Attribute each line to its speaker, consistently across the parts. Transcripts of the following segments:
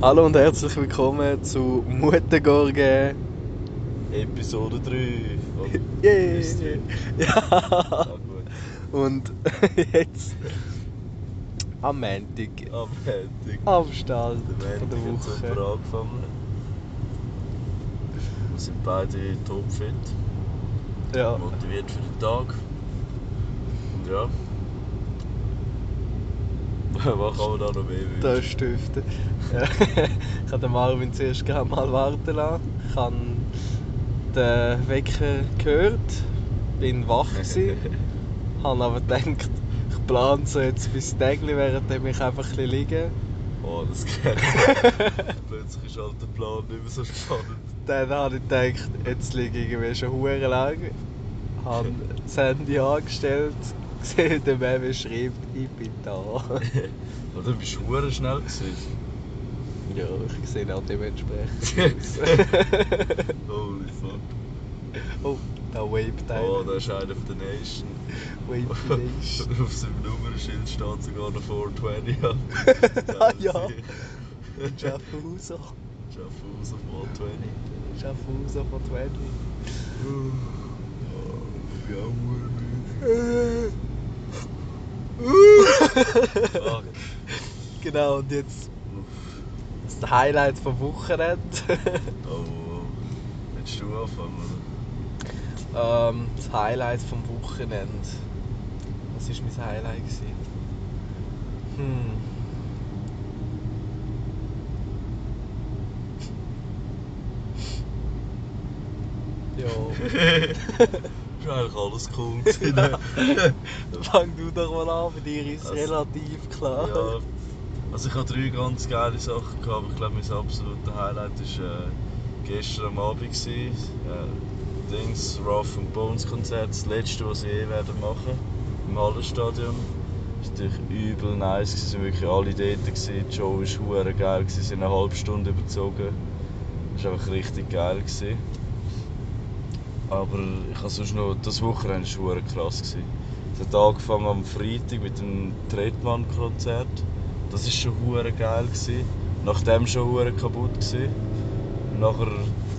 Speaker 1: Hallo und herzlich willkommen zu Mutengorge.
Speaker 2: Episode 3. von
Speaker 1: Yay!
Speaker 2: Mystery. Ah,
Speaker 1: Ja.
Speaker 2: Oh, gut.
Speaker 1: Und jetzt am Montag,
Speaker 2: Am Montag.
Speaker 1: am Start
Speaker 2: Der
Speaker 1: von der
Speaker 2: Montag hat super
Speaker 1: Woche.
Speaker 2: angefangen. Wir sind beide topfit,
Speaker 1: Ja.
Speaker 2: motiviert für den Tag. Und ja. Was kann man da noch mehr wünschen?
Speaker 1: Da stiften. Ja. ich habe den Marvin zuerst gerade mal warten lassen. Ich habe den Wecker gehört, bin wach gewesen, habe aber gedacht, ich plane so jetzt bis Tag, während ich einfach ein bisschen liege.
Speaker 2: Oh, das geht. Plötzlich ist halt der Plan nicht mehr so spannend.
Speaker 1: Dann habe ich gedacht, jetzt liege ich irgendwie schon hure lang. Habe das Handy angestellt, gesehen, der Meme schreibt, ich bin da.
Speaker 2: Aber dann bist du verdammt schnell gewesen.
Speaker 1: Ja, ich sehe auch dementsprechend aus.
Speaker 2: Holy fuck.
Speaker 1: oh, da wavet einer.
Speaker 2: Oh, da ist einer von der Nation.
Speaker 1: Waved der Nation.
Speaker 2: Auf seinem Nummernschild steht sogar noch 420 an.
Speaker 1: Ah, ja.
Speaker 2: Jeff
Speaker 1: Schaffhauser.
Speaker 2: Hauser 420.
Speaker 1: Schaffhauser von 20.
Speaker 2: Ja, Uhr.
Speaker 1: Äh.
Speaker 2: Fuck.
Speaker 1: genau, und jetzt das ist das Highlight vom Wochenende.
Speaker 2: Oh, oh. Willst du anfangen?
Speaker 1: ähm, das Highlight vom Wochenende. Was war mein Highlight? Gewesen? Hm. Ja.
Speaker 2: Ist eigentlich alles cool gewesen. ne?
Speaker 1: Fang du doch mal an, bei dir ist es
Speaker 2: Also,
Speaker 1: relativ klar.
Speaker 2: ja. Also ich hatte drei ganz geile Sachen, gehabt, aber ich glaube mein absolutes Highlight war äh, gestern am Abend. Gewesen, äh, Dings, Rough and Bones Konzert, das letzte, was sie je werden machen im Hallenstadion. Es war natürlich übel nice, gewesen, es waren wirklich alle dort. Gewesen. Die Show war hure geil, gewesen, sie sind eine halbe Stunde überzogen. Es war einfach richtig geil. Gewesen. Aber ich habe sonst noch, das Wochenende war hure krass. Gewesen. Es hat angefangen am Freitag mit dem Tretmann-Konzert. Das war schon hure geil. Gewesen. Nachdem schon hure kaputt. Gewesen. Und nachher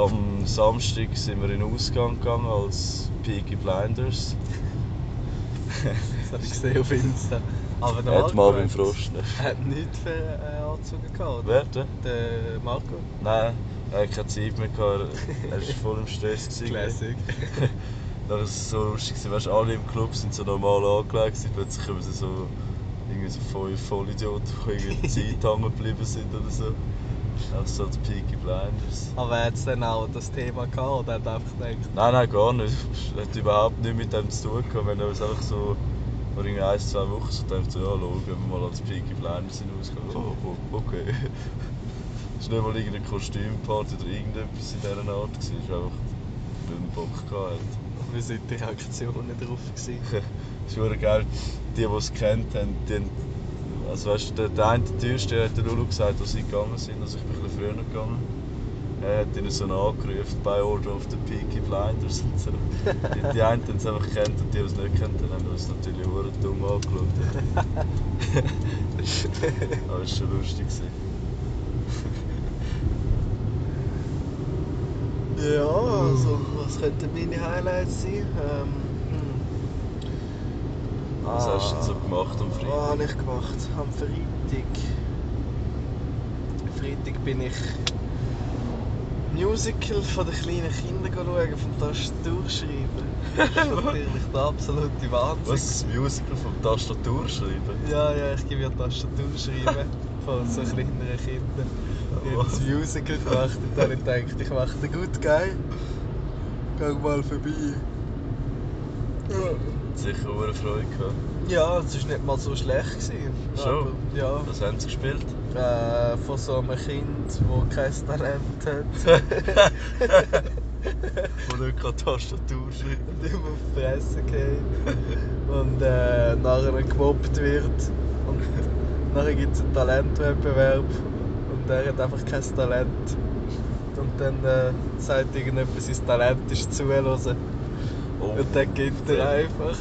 Speaker 2: am Samstag sind wir in den Ausgang gegangen als Peaky Blinders.
Speaker 1: Das habe ich gesehen auf Insta. Aber der
Speaker 2: Hat Marvin
Speaker 1: hat's-
Speaker 2: Frost nicht.
Speaker 1: Er hat nichts für äh, angezogen gehabt, oder?
Speaker 2: Wer denn?
Speaker 1: Der Marco.
Speaker 2: Nein, er hat keine Zeit mehr. Gehabt. Er war voll im Stress. Gewesen.
Speaker 1: Classic.
Speaker 2: Dann war es so lustig, gewesen, weißt, du, alle im Club sind so normal angelegt, gewesen, plötzlich kommen sie so irgendwie so voll Vollidioten, die irgendwie in der Zeit hängen geblieben sind oder so. Auch so die Peaky Blinders.
Speaker 1: Aber er hat es dann auch das Thema gehabt oder hat einfach gedacht,
Speaker 2: Nein, nein, gar nicht. Das hat überhaupt nichts mit dem zu tun gehabt. Wenn er uns einfach so vor irgendwie ein, zwei Wochen so denkt, so, ja, schauen wir mal als Peaky Blinders in den Ausgang. Oh, oh, okay. Es war nicht mal irgendeine Kostümparty oder irgendetwas in dieser Art. gewesen. Es war einfach, weil man Bock hatte.
Speaker 1: wie sind die Reaktionen drauf gewesen?
Speaker 2: Das ist wirklich geil. Die, die es kennt haben, die haben also weißt du, der, der eine der Türsteher hat der Lulu gesagt, dass sie gegangen sind, also ich bin ein bisschen früher gegangen. Er hat ihnen so angerufen, bei Order of the Peaky Blinders und so. Die, die einen haben es einfach kennt und die, die es nicht kennt, dann haben wir uns natürlich hure dumm angeschaut. Aber es war schon lustig. gewesen.
Speaker 1: Ja, also was könnten meine Highlights sein? Ähm, hm.
Speaker 2: Was hast du denn so gemacht am Freitag?
Speaker 1: Was habe Ah, ich gemacht? Am Freitag. Freitag bin ich Musical von den kleinen Kindern schauen, vom Tastaturschreiben. Das ist natürlich der absolute Wahnsinn.
Speaker 2: Was ist das Musical vom Tastaturschreiben?
Speaker 1: Ja, ja, ich gebe ja Tastaturschreiben von so kleineren Kindern. Ich habe das Musical gemacht und dann habe ich gedacht, ich mache den gut, geil. Geh mal vorbei.
Speaker 2: Hat Sicher eine Freude gehabt.
Speaker 1: Ja, es war nicht mal so schlecht. Gewesen,
Speaker 2: Schon?
Speaker 1: Aber, ja.
Speaker 2: Was haben sie gespielt?
Speaker 1: Äh, von so einem Kind, das kein Talent hat.
Speaker 2: Wo nicht keine Tastatur schreiben.
Speaker 1: und immer auf die Fresse geht. Und äh, nachher gemobbt wird. Und nachher gibt es einen Talentwettbewerb. Und er hat einfach kein Talent. Und dann äh, sagt irgendjemand, sein Talent ist zuhören.
Speaker 2: Oh,
Speaker 1: Und dann gibt er einfach.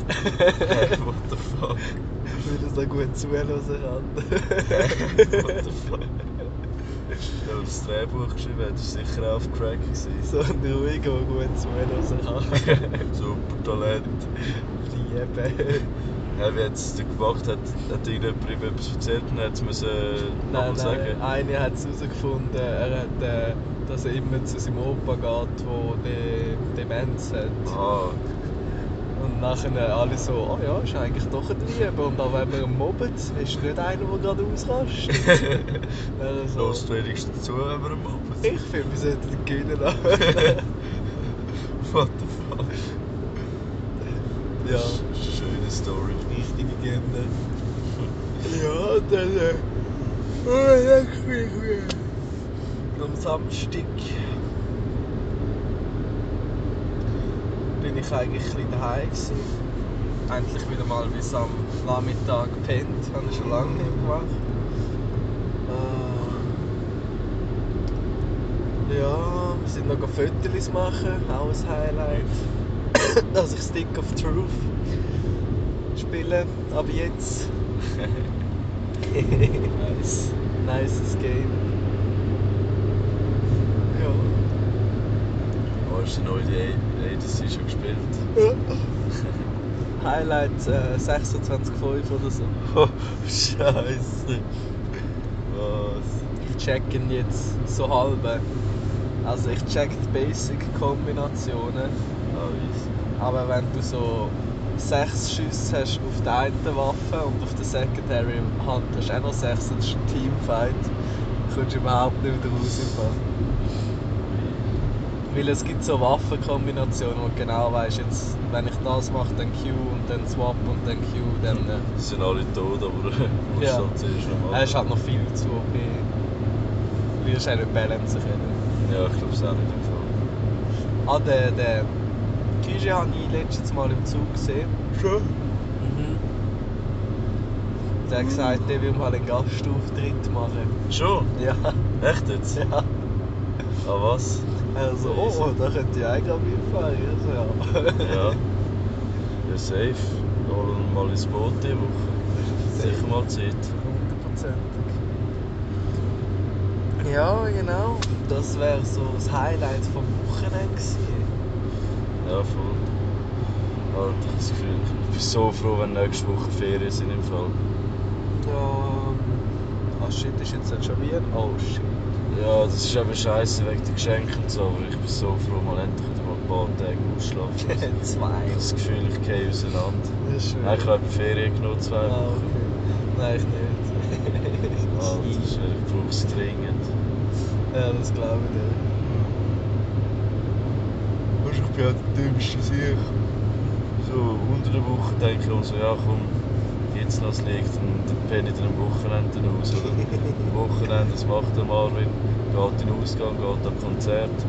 Speaker 2: What the fuck?
Speaker 1: Weil er so gut zuhören kann.
Speaker 2: What the fuck? der das Drehbuch geschrieben hat, ist sicher auch auf Crack. gewesen.
Speaker 1: So ein ruhiger, der gut zuhören kann.
Speaker 2: Super Talent.
Speaker 1: Liebe.
Speaker 2: Ja, wie hat es gemacht? Hat, hat irgendjemand ihm etwas erzählt und hat es müssen
Speaker 1: Nein,
Speaker 2: nochmal
Speaker 1: nein,
Speaker 2: sagen?
Speaker 1: einer hat es herausgefunden, er hat, äh, dass er immer zu seinem Opa geht, der De Demenz hat.
Speaker 2: Aha,
Speaker 1: Und nachher alle so, oh ja, ist eigentlich doch ein Lieber. Und auch wenn man ihn mobbt, ist nicht einer, der gerade ausrastet. Dann so,
Speaker 2: hörst du wenigstens zu, wenn wir am Abend
Speaker 1: ich finde, wir sollten ihn gewinnen lassen.
Speaker 2: What the fuck?
Speaker 1: ja.
Speaker 2: Das ist eine schöne Story.
Speaker 1: Richtige Gegner. ja, und dann... Äh, oh, ja, cool, cool. Und am Samstag... bin ich eigentlich ein bisschen daheim gewesen. Endlich wieder mal bis am Nachmittag gepennt. Habe ich schon lange nicht gemacht. Äh, Ja, wir sind noch Fotos machen, auch ein Highlight. Dass ich Stick of Truth spiele, ab jetzt.
Speaker 2: nice.
Speaker 1: Nices Game. Ja.
Speaker 2: Oh, ist der neue Day, Day das ist schon gespielt.
Speaker 1: Highlight äh, 26,5 oder so.
Speaker 2: Oh, Scheiße. Was?
Speaker 1: Ich check ihn jetzt so halbe. Also ich check die Basic-Kombinationen,
Speaker 2: Ah, weiss.
Speaker 1: aber wenn du so sechs Schüsse hast auf der einen Waffe und auf der Secondary Hand hast du auch noch sechs, das ist ein Teamfight, kommst du überhaupt nicht wieder raus im Fall. Weil es gibt so Waffenkombinationen, wo du genau weißt, jetzt, wenn ich das mache, dann Q und dann Swap und dann Q, dann... Äh,
Speaker 2: Sie sind alle tot, aber musst
Speaker 1: Ja.
Speaker 2: dann zuerst noch
Speaker 1: er
Speaker 2: mal.
Speaker 1: ist halt noch viel zu OP. Du wirst auch nicht balancen können.
Speaker 2: Ja, ich glaube es auch nicht im Fall.
Speaker 1: Ah, den, den Gigi habe ich letztes Mal im Zug gesehen.
Speaker 2: Schon?
Speaker 1: Der hat gesagt, der will mal einen Gastauftritt machen.
Speaker 2: Schon?
Speaker 1: Ja,
Speaker 2: Echt jetzt?
Speaker 1: ja.
Speaker 2: Ah, was?
Speaker 1: Also, oh, oh, da könnte ich eigentlich auch mitfahren. Also, ja.
Speaker 2: Ja. Ja, safe. Holen wir mal ins Boot diese Woche. Sicher mal Zeit.
Speaker 1: Hundertprozentig. Ja, genau. Das wäre so das Highlight vom Wochenende gewesen.
Speaker 2: Ja, voll. Alter, ich hab das Gefühl, ich bin so froh, wenn nächste Woche Ferien sind im Fall.
Speaker 1: Ja. Ah, shit, ist jetzt nicht schon wieder? Oh, shit.
Speaker 2: Ja, das ist eben scheiße wegen den Geschenken und so, aber ich bin so froh, mal endlich wieder mal ein paar Tage ausschlafen. Ich hab
Speaker 1: Zwei.
Speaker 2: das Gefühl, ich gehe auseinander.
Speaker 1: Das ist schön.
Speaker 2: Nein, ich habe eben Ferien genutzt, zwei
Speaker 1: Ah,
Speaker 2: Wochen.
Speaker 1: okay. Ah, Nein, ich nicht.
Speaker 2: Alter, ich brauche es dringend.
Speaker 1: ja, das glaube ich dir.
Speaker 2: Weißt du, ich bin halt auch der dümmste Sieg. So, unter der Woche denke ich auch so, ja komm, jetzt noch es liegt, dann dann penne ich dann am Wochenende aus. Oder am Wochenende, das macht der Marvin, geht in den Ausgang, geht am Konzert.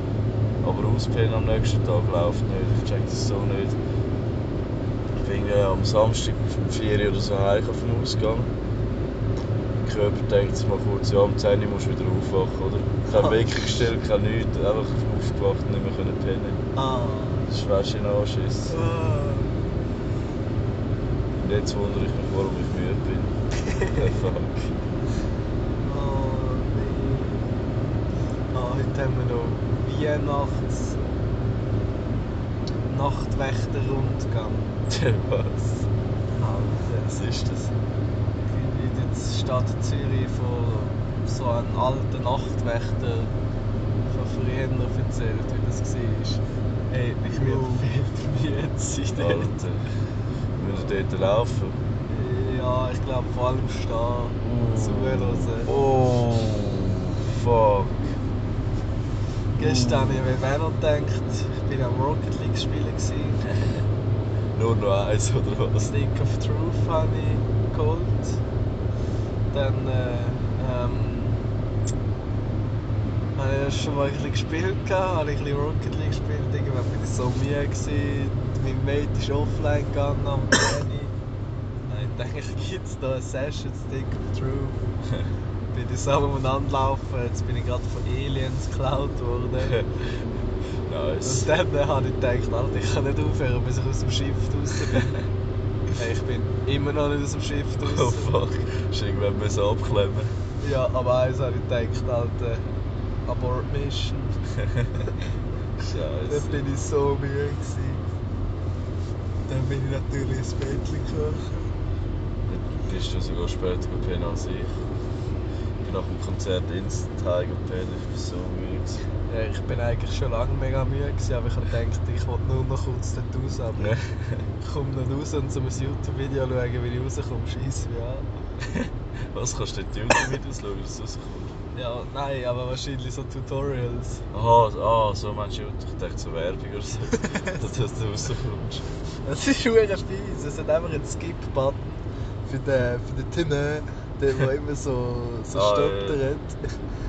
Speaker 2: Aber auspennen am nächsten Tag läuft nicht, ich check das so nicht. Ich bin irgendwie am Samstag um 4 Uhr oder so heim auf den Ausgang. Der Körper denkt sich mal kurz, ja, um 10 Uhr musst du wieder aufwachen, oder? Kein Wecker gestellt, kein nichts, einfach aufgewacht und nicht mehr können pennen.
Speaker 1: Ah.
Speaker 2: Das ist fast ein
Speaker 1: äh,
Speaker 2: Anschiss. Und jetzt wundere ich mich, warum ich müde bin. Der Fuck.
Speaker 1: Oh, nee. Ah, heute haben wir noch Weihnachts... äh, Nachtwächter-Rundgang. Ah,
Speaker 2: Der was? Was
Speaker 1: Alter.
Speaker 2: ist das?
Speaker 1: In der Stadt Zürich von so einem alten Nachtwächter von früher noch erzählt, wie das war. Ey, ich bin
Speaker 2: Wow.
Speaker 1: viel müde sein dort.
Speaker 2: Alter. Müssen wir dort laufen?
Speaker 1: Ja, ich glaube vor allem stehen, zuhören.
Speaker 2: Oh, fuck.
Speaker 1: Gestern habe ich mir auch noch gedacht, ich bin am Rocket League spielen gewesen.
Speaker 2: Nur noch eins, oder was?
Speaker 1: Stick of Truth habe ich geholt. Dann äh, ähm, habe ich das schon mal ein bisschen gespielt, gehabt, habe ich ein bisschen Rocket League gespielt, irgendwann bin ich so müde gewesen. Mein Mate ist offline gegangen am Training. Dann habe ich gedacht, gibt es noch eine Session Stick of Truth. Bin ich so umeinander laufen, jetzt bin ich gerade von Aliens geklaut worden.
Speaker 2: nice.
Speaker 1: Und dann äh, habe ich gedacht, Alter, ich kann nicht aufhören, bis ich aus dem Schiff raus bin. hey, ich bin immer noch nicht aus dem Schiff
Speaker 2: Oh
Speaker 1: raus.
Speaker 2: fuck. Ist irgendwann müssen abklemmen.
Speaker 1: Ja, aber eins habe ich gedacht, Alter. Abort Mission. Da
Speaker 2: Scheiße.
Speaker 1: bin ich so müde. Gewesen. Dann bin ich natürlich ins Bettchen gekommen.
Speaker 2: Dann bist du sogar später gepennt als ich. Ich bin nach dem Konzert instant heimgepennt, ich bin so müde. gewesen.
Speaker 1: Ja, ich bin eigentlich schon lange mega müde, gewesen, aber ich habe gedacht, ich wollte nur noch kurz dort raus. Aber ich komme nicht raus und zum ein YouTube-Video schauen, wie ich rauskomme, scheiße wie an.
Speaker 2: Was kannst du denn die Videos schauen, dass du rauskommst?
Speaker 1: Ja, nein, aber wahrscheinlich so Tutorials.
Speaker 2: Aha, ah, so meinst du, ich dachte so Werbung oder so, dass du rauskommst.
Speaker 1: Es ist schon speis. Es hat einfach einen Skip-Button für den, für den Tinne, der wo immer so, so
Speaker 2: Ah,
Speaker 1: stoppt
Speaker 2: ja, ja.
Speaker 1: redet.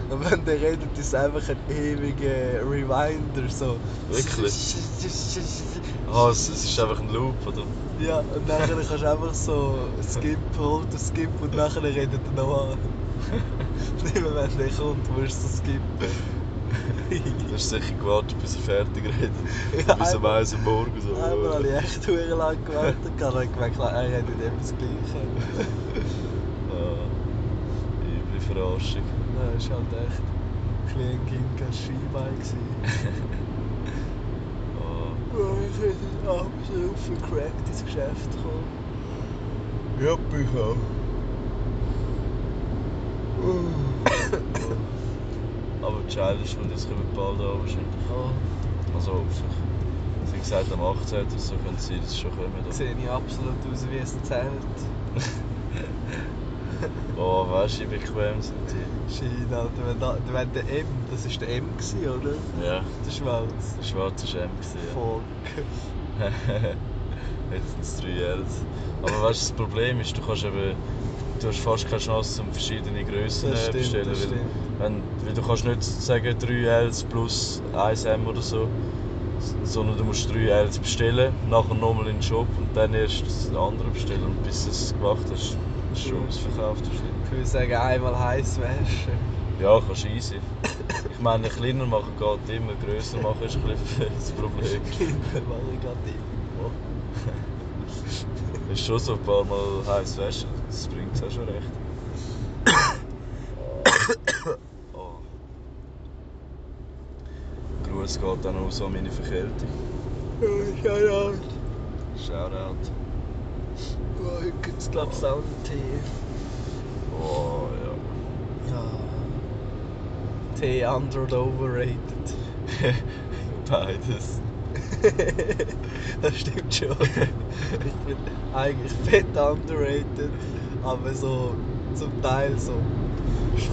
Speaker 1: Und wenn der redet, ist es einfach ein ewiger Rewinder. So.
Speaker 2: Wirklich? Ah, es, es ist einfach ein Loop, oder?
Speaker 1: Ja, und dann kannst du einfach so Skip, holt den Skip und nachher redet er noch an. Nicht mehr, wenn der kommt, musst du so skippen.
Speaker 2: Du hast sicher gewartet, bis er fertig redet.
Speaker 1: Ja,
Speaker 2: bis am
Speaker 1: einmal-
Speaker 2: 1 Uhr morgens. So.
Speaker 1: Einmal habe ich echt sehr lange gewartet, habe ich gemerkt, er redet etwas Gleiches.
Speaker 2: Ah, üble Verarschung.
Speaker 1: Ja, das war halt echt ein Kind als Skibein.
Speaker 2: Ah.
Speaker 1: Ich habe so viel gecrackt ins Geschäft gekommen.
Speaker 2: Ja, ich auch.
Speaker 1: Oh.
Speaker 2: Aber die Challenge von uns kommt bald an wahrscheinlich.
Speaker 1: Oh,
Speaker 2: Also hoffentlich. Sie haben gesagt, am 18. oder so können sie das schon kommen.
Speaker 1: sehe ich absolut aus wie ein Zelt.
Speaker 2: Oh, weißt du, wie bequem sind die?
Speaker 1: Schein, Alter. Wenn, da, wenn der M, das war der M, gewesen, oder?
Speaker 2: Ja,
Speaker 1: Der Schwanz.
Speaker 2: der schwarze Schem gesehen.
Speaker 1: Fuck.
Speaker 2: Jetzt sind es drei Jahre. Aber weißt du, das Problem ist, du kannst eben. Du hast fast keine Chance, um verschiedene Grössen
Speaker 1: Das
Speaker 2: äh,
Speaker 1: stimmt,
Speaker 2: bestellen.
Speaker 1: das
Speaker 2: weil-
Speaker 1: stimmt.
Speaker 2: Wenn, weil du kannst nicht sagen 3Ls plus 1M oder so, s- sondern du musst 3Ls bestellen, nachher nochmal in den Shop und dann erst das andere bestellen. Und bis du es gemacht hast, ist schon ausverkauft. wahrscheinlich.
Speaker 1: Ich würde sagen, einmal heiß waschen.
Speaker 2: Ja, kannst easy. Ich meine, kleiner machen geht immer, grösser machen ist ein bisschen das
Speaker 1: Äh,
Speaker 2: Problem.
Speaker 1: Kinder machen gerade immer.
Speaker 2: Ist schon so ein paar Mal heiß waschen, das bringt es auch schon recht. Oh. Oh. Gruß geht dann auch so an meine Verkältung.
Speaker 1: Oh, keine Ahnung.
Speaker 2: Shoutout.
Speaker 1: Oh, heute gibt es, glaube ich, Soundtee.
Speaker 2: Oh, ja.
Speaker 1: Ja. Tee under und overrated.
Speaker 2: Beides.
Speaker 1: das stimmt schon. ich bin eigentlich fett underrated, aber so zum Teil so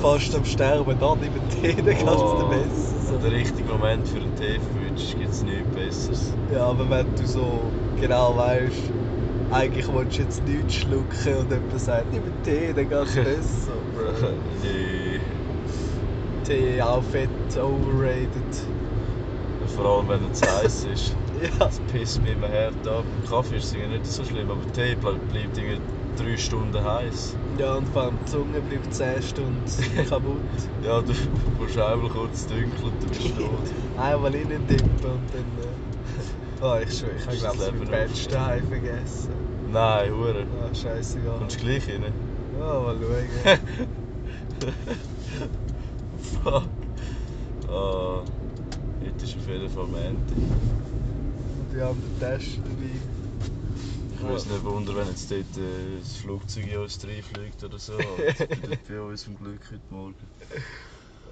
Speaker 1: fast am Sterben da neben Tee, dann kannst
Speaker 2: Oh.
Speaker 1: du den besten.
Speaker 2: Wenn
Speaker 1: So.
Speaker 2: der richtige Moment für einen Tee wünschst, gibt es nichts Besseres.
Speaker 1: Ja, aber wenn du so genau weißt, eigentlich willst du jetzt nichts schlucken und jemand sagt, nimm einen Tee, dann kannst du besser. Bro.
Speaker 2: nee.
Speaker 1: Tee auch fett overrated.
Speaker 2: Vor allem, wenn es heiß ist.
Speaker 1: Ja,
Speaker 2: Das pisst mich immer hart ab. Kaffee ist irgendwie nicht so schlimm, aber Tee bleibt, bleibt irgendwie drei Stunden heiß.
Speaker 1: ja und vor allem die Zunge bleibt 10 Stunden kaputt.
Speaker 2: Ja, du musst einmal kurz dunkel und du bist tot.
Speaker 1: Einmal rein dippen und dann. Äh... Oh, ich schwöre, ich habe glaube ich
Speaker 2: Ist das Leben
Speaker 1: meinen
Speaker 2: noch?
Speaker 1: besten Hai vergessen.
Speaker 2: Nein, Hure.
Speaker 1: Ah, scheiße, ja.
Speaker 2: Kommst du gleich rein?
Speaker 1: Ja, mal schauen.
Speaker 2: Fuck. Ah, heute ist auf jeden Fall Montag.
Speaker 1: Und die haben die Tasche dabei.
Speaker 2: Ich würde es nicht wundern, wenn jetzt dort äh, das Flugzeug in uns reinfliegt oder so. Also, Aber das bedeutet Bei uns zum Glück heute Morgen.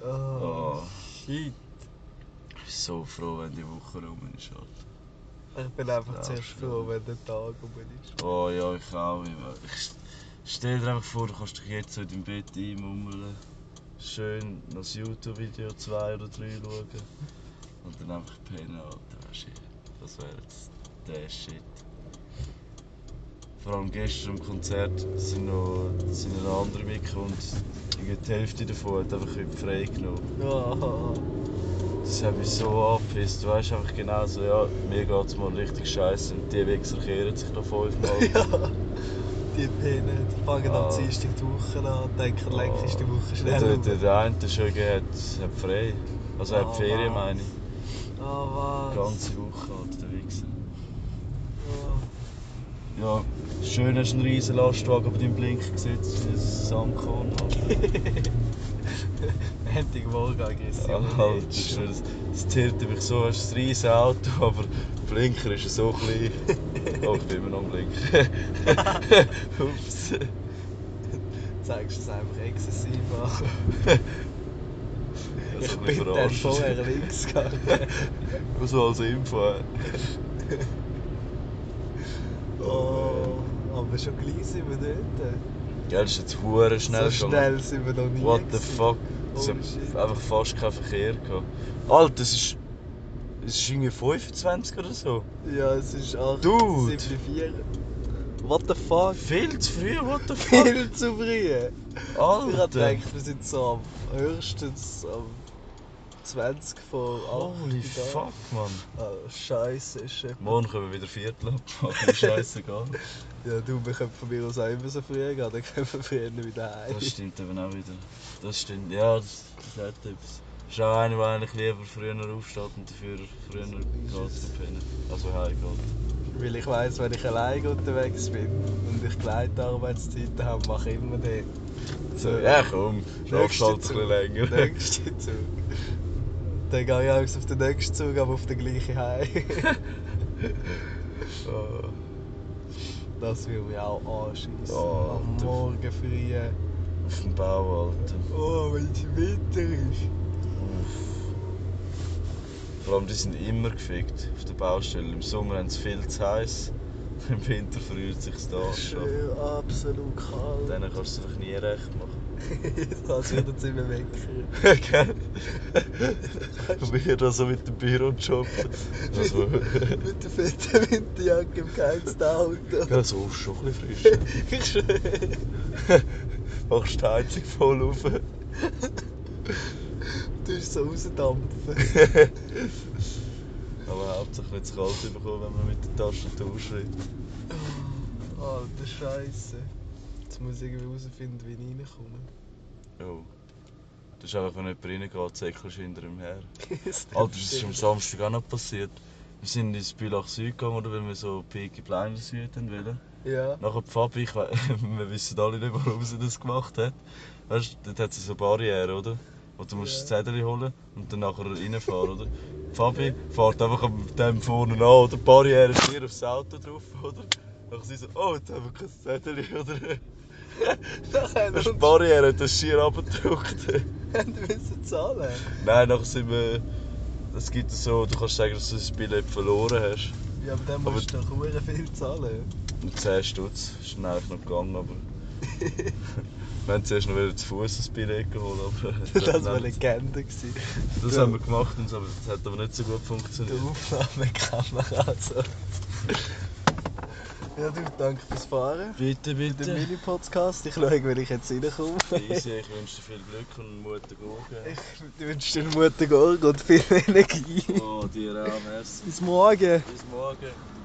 Speaker 1: Oh,
Speaker 2: Ah.
Speaker 1: shit.
Speaker 2: Ich bin so froh, wenn die Woche rum ist. Alter.
Speaker 1: Ich bin einfach
Speaker 2: Ja,
Speaker 1: zuerst froh, wenn der Tag um ist.
Speaker 2: Oh ja, ich auch. Immer. Ich stell dir einfach vor, du kannst dich jetzt so in deinem Bett einmummeln. Schön noch das YouTube-Video zwei oder drei schauen. Und dann einfach pennen, Alter. Weißt du, das wäre jetzt der Shit. Vor allem gestern am Konzert sind noch, sind noch andere mitgekommen und irgendwie die Hälfte davon hat einfach heute frei genommen.
Speaker 1: Oh,
Speaker 2: Das hat mich so angepisst. Du weißt einfach genau so, ja, mir geht's mal richtig scheiße und die Wichser kehren sich noch fünfmal.
Speaker 1: ja. Die Pinnen die fangen
Speaker 2: Ah.
Speaker 1: am Dienstag die Woche an und denken, leck ist die Woche
Speaker 2: Und
Speaker 1: schnell.
Speaker 2: der,
Speaker 1: um.
Speaker 2: der, der eine, der Schöge, hat, hat frei. Also er
Speaker 1: Oh,
Speaker 2: hat Ferien,
Speaker 1: was?
Speaker 2: meine ich.
Speaker 1: Oh,
Speaker 2: Die
Speaker 1: was?
Speaker 2: ganze Woche, Alter, der Wichser.
Speaker 1: Oh.
Speaker 2: ja, schön hast du einen riesen Lastwagen bei deinem Blinker gesetzt, wie ein Sandkorn.
Speaker 1: Montagmorgen aggressiv.
Speaker 2: Ja, Alter, das, ist- das, das zirrt mich so, es ist ein riesiges Auto, aber der Blinker ist so klein. Oh, ich bin immer noch am Blinker. Ups.
Speaker 1: Zeigst du es einfach exzessiv an.
Speaker 2: Ja, so
Speaker 1: Ich
Speaker 2: ein
Speaker 1: bin
Speaker 2: bisschen
Speaker 1: dann
Speaker 2: verarscht.
Speaker 1: vorher links gegangen.
Speaker 2: Nur so als Info.
Speaker 1: Oh, aber schon gleich sind wir dort.
Speaker 2: Gell, das ist jetzt hure schnell
Speaker 1: so
Speaker 2: gegangen.
Speaker 1: schnell sind wir noch nie.
Speaker 2: What the
Speaker 1: gewesen.
Speaker 2: fuck? Ah.
Speaker 1: Oh,
Speaker 2: Es hat
Speaker 1: shit.
Speaker 2: einfach fast keinen Verkehr gehabt. Alter, das ist. Es ist irgendwie 25 oder so.
Speaker 1: Ja, es ist 8,
Speaker 2: Dude.
Speaker 1: 4. What the fuck?
Speaker 2: Viel zu früh, what the fuck?
Speaker 1: Viel zu früh. Ich hab
Speaker 2: Alter!
Speaker 1: gedacht, wir sind so am höchstens am 20 vor 8.
Speaker 2: Holy fuck, man.
Speaker 1: Oh, Scheiße, ist etwa-
Speaker 2: Morgen können wir wieder Viertel abmachen, scheißegal.
Speaker 1: Ja, du, wir können von mir aus auch immer so früh gehen, dann können wir früher wieder heim.
Speaker 2: Das stimmt eben auch wieder. Das stimmt, ja, das, das hat etwas. Das ist auch einer, der eigentlich lieber früher aufsteht und dafür früher geht zum Pennen. Also heimgeht.
Speaker 1: Weil ich weiss, wenn ich alleine unterwegs bin und ich gleich Arbeitszeiten habe, mache ich immer den.
Speaker 2: So, ja komm, schlafst
Speaker 1: Nächste
Speaker 2: halt ein bisschen
Speaker 1: Zug.
Speaker 2: länger.
Speaker 1: nächsten Zug. Dann gehe ich auch auf den nächsten Zug, aber auf den gleichen Heim.
Speaker 2: Oh.
Speaker 1: Äh, Das will mich auch anschießen.
Speaker 2: Oh,
Speaker 1: Am
Speaker 2: du-
Speaker 1: Morgen früh.
Speaker 2: Auf dem Bau, Alter.
Speaker 1: Oh, weil es Winter ist.
Speaker 2: Uff. Vor allem, die sind immer gefickt auf der Baustelle. Im Sommer haben sie viel zu heiß, im Winter friert sich da an. Schon.
Speaker 1: Schön, absolut kalt.
Speaker 2: Denen kannst du es einfach nie recht machen.
Speaker 1: das wird jetzt immer weg.
Speaker 2: Gell? Wir da so mit dem Bürojob. Also,
Speaker 1: Mit der fetten Winterjacke im geheizten Auto.
Speaker 2: ja, so ist schon ein bisschen frisch.
Speaker 1: Ich schwöre.
Speaker 2: Machst die Heizung voll auf.
Speaker 1: Du bist so rausdampfen.
Speaker 2: Aber hauptsächlich nicht zu kalt bekommen, wenn man mit der Tastatur schreibt.
Speaker 1: Ah, Alter Scheiße. Jetzt muss ich irgendwie herausfinden, wie ich reinkomme.
Speaker 2: Oh. Das ist einfach, wenn jemand reingeht, säckelst du hinter ihm her.
Speaker 1: Das
Speaker 2: Alter, das ist am Samstag auch noch passiert. Wir sind ins Bülach Süd gegangen, oder, weil wir so Peaky Blinders Süd haben wollen.
Speaker 1: Ja.
Speaker 2: Nachher die Fabi, ich we- wir wissen alle nicht, warum sie das gemacht hat. Weißt du, dort hat sie so Barriere, oder? Wo du musst
Speaker 1: Ja.
Speaker 2: das Zettel holen und dann nachher reinfahren, oder? Die Fabi fährt einfach am- dem vorne an, oder? Die Barriere ist hier aufs Auto drauf, oder? Nachher sie so, oh, jetzt haben wir kein Zettel, oder?
Speaker 1: Nachher
Speaker 2: Weisst du, Die
Speaker 1: müssen
Speaker 2: Barriere hat das schier abgedruckt.
Speaker 1: wir zahlen.
Speaker 2: Nein, nachher sind wir. Es gibt so, du kannst sagen, dass du das Billett verloren hast.
Speaker 1: Ja, aber dann
Speaker 2: Aber-
Speaker 1: musst du doch hure viel zahlen.
Speaker 2: Und 10 Stutz ist dann eigentlich noch gegangen, aber. wir haben zuerst noch wieder zu Fuß ein Billett geholt, aber.
Speaker 1: Das war eine Legende. gewesen.
Speaker 2: das haben wir gemacht, und so, aber das hat aber nicht so gut
Speaker 1: Die
Speaker 2: funktioniert.
Speaker 1: Aufnahmekamera. So. Ja, du, danke fürs Fahren.
Speaker 2: Bitte,
Speaker 1: Den Mini-Podcast. Ich schaue, wenn ich jetzt reinkomme.
Speaker 2: Easy, ich wünsche dir viel Glück und einen mutigen Augen.
Speaker 1: Ich wünsche dir einen guten Morgen und viel Energie.
Speaker 2: Oh, dir auch, merci.
Speaker 1: Bis morgen.
Speaker 2: Bis morgen.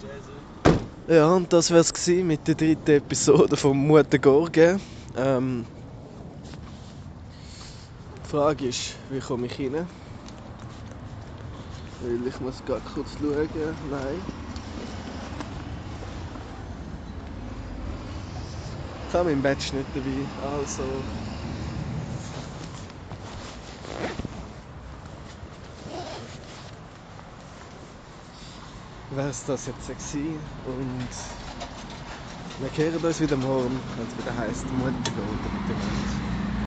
Speaker 2: Jason.
Speaker 1: Ja, und das wär's gewesen mit der dritten Episode von Mutter Gorge. Ähm, die Frage ist, wie komme ich rein? Weil ich muss gerade kurz schauen. Nein. Ich habe mein Badge nicht dabei, also... Wär's das jetzt gewesen und... Wir kehren uns wieder morgen, wenn es wieder heisst Mutter Gorge mit dem Mund.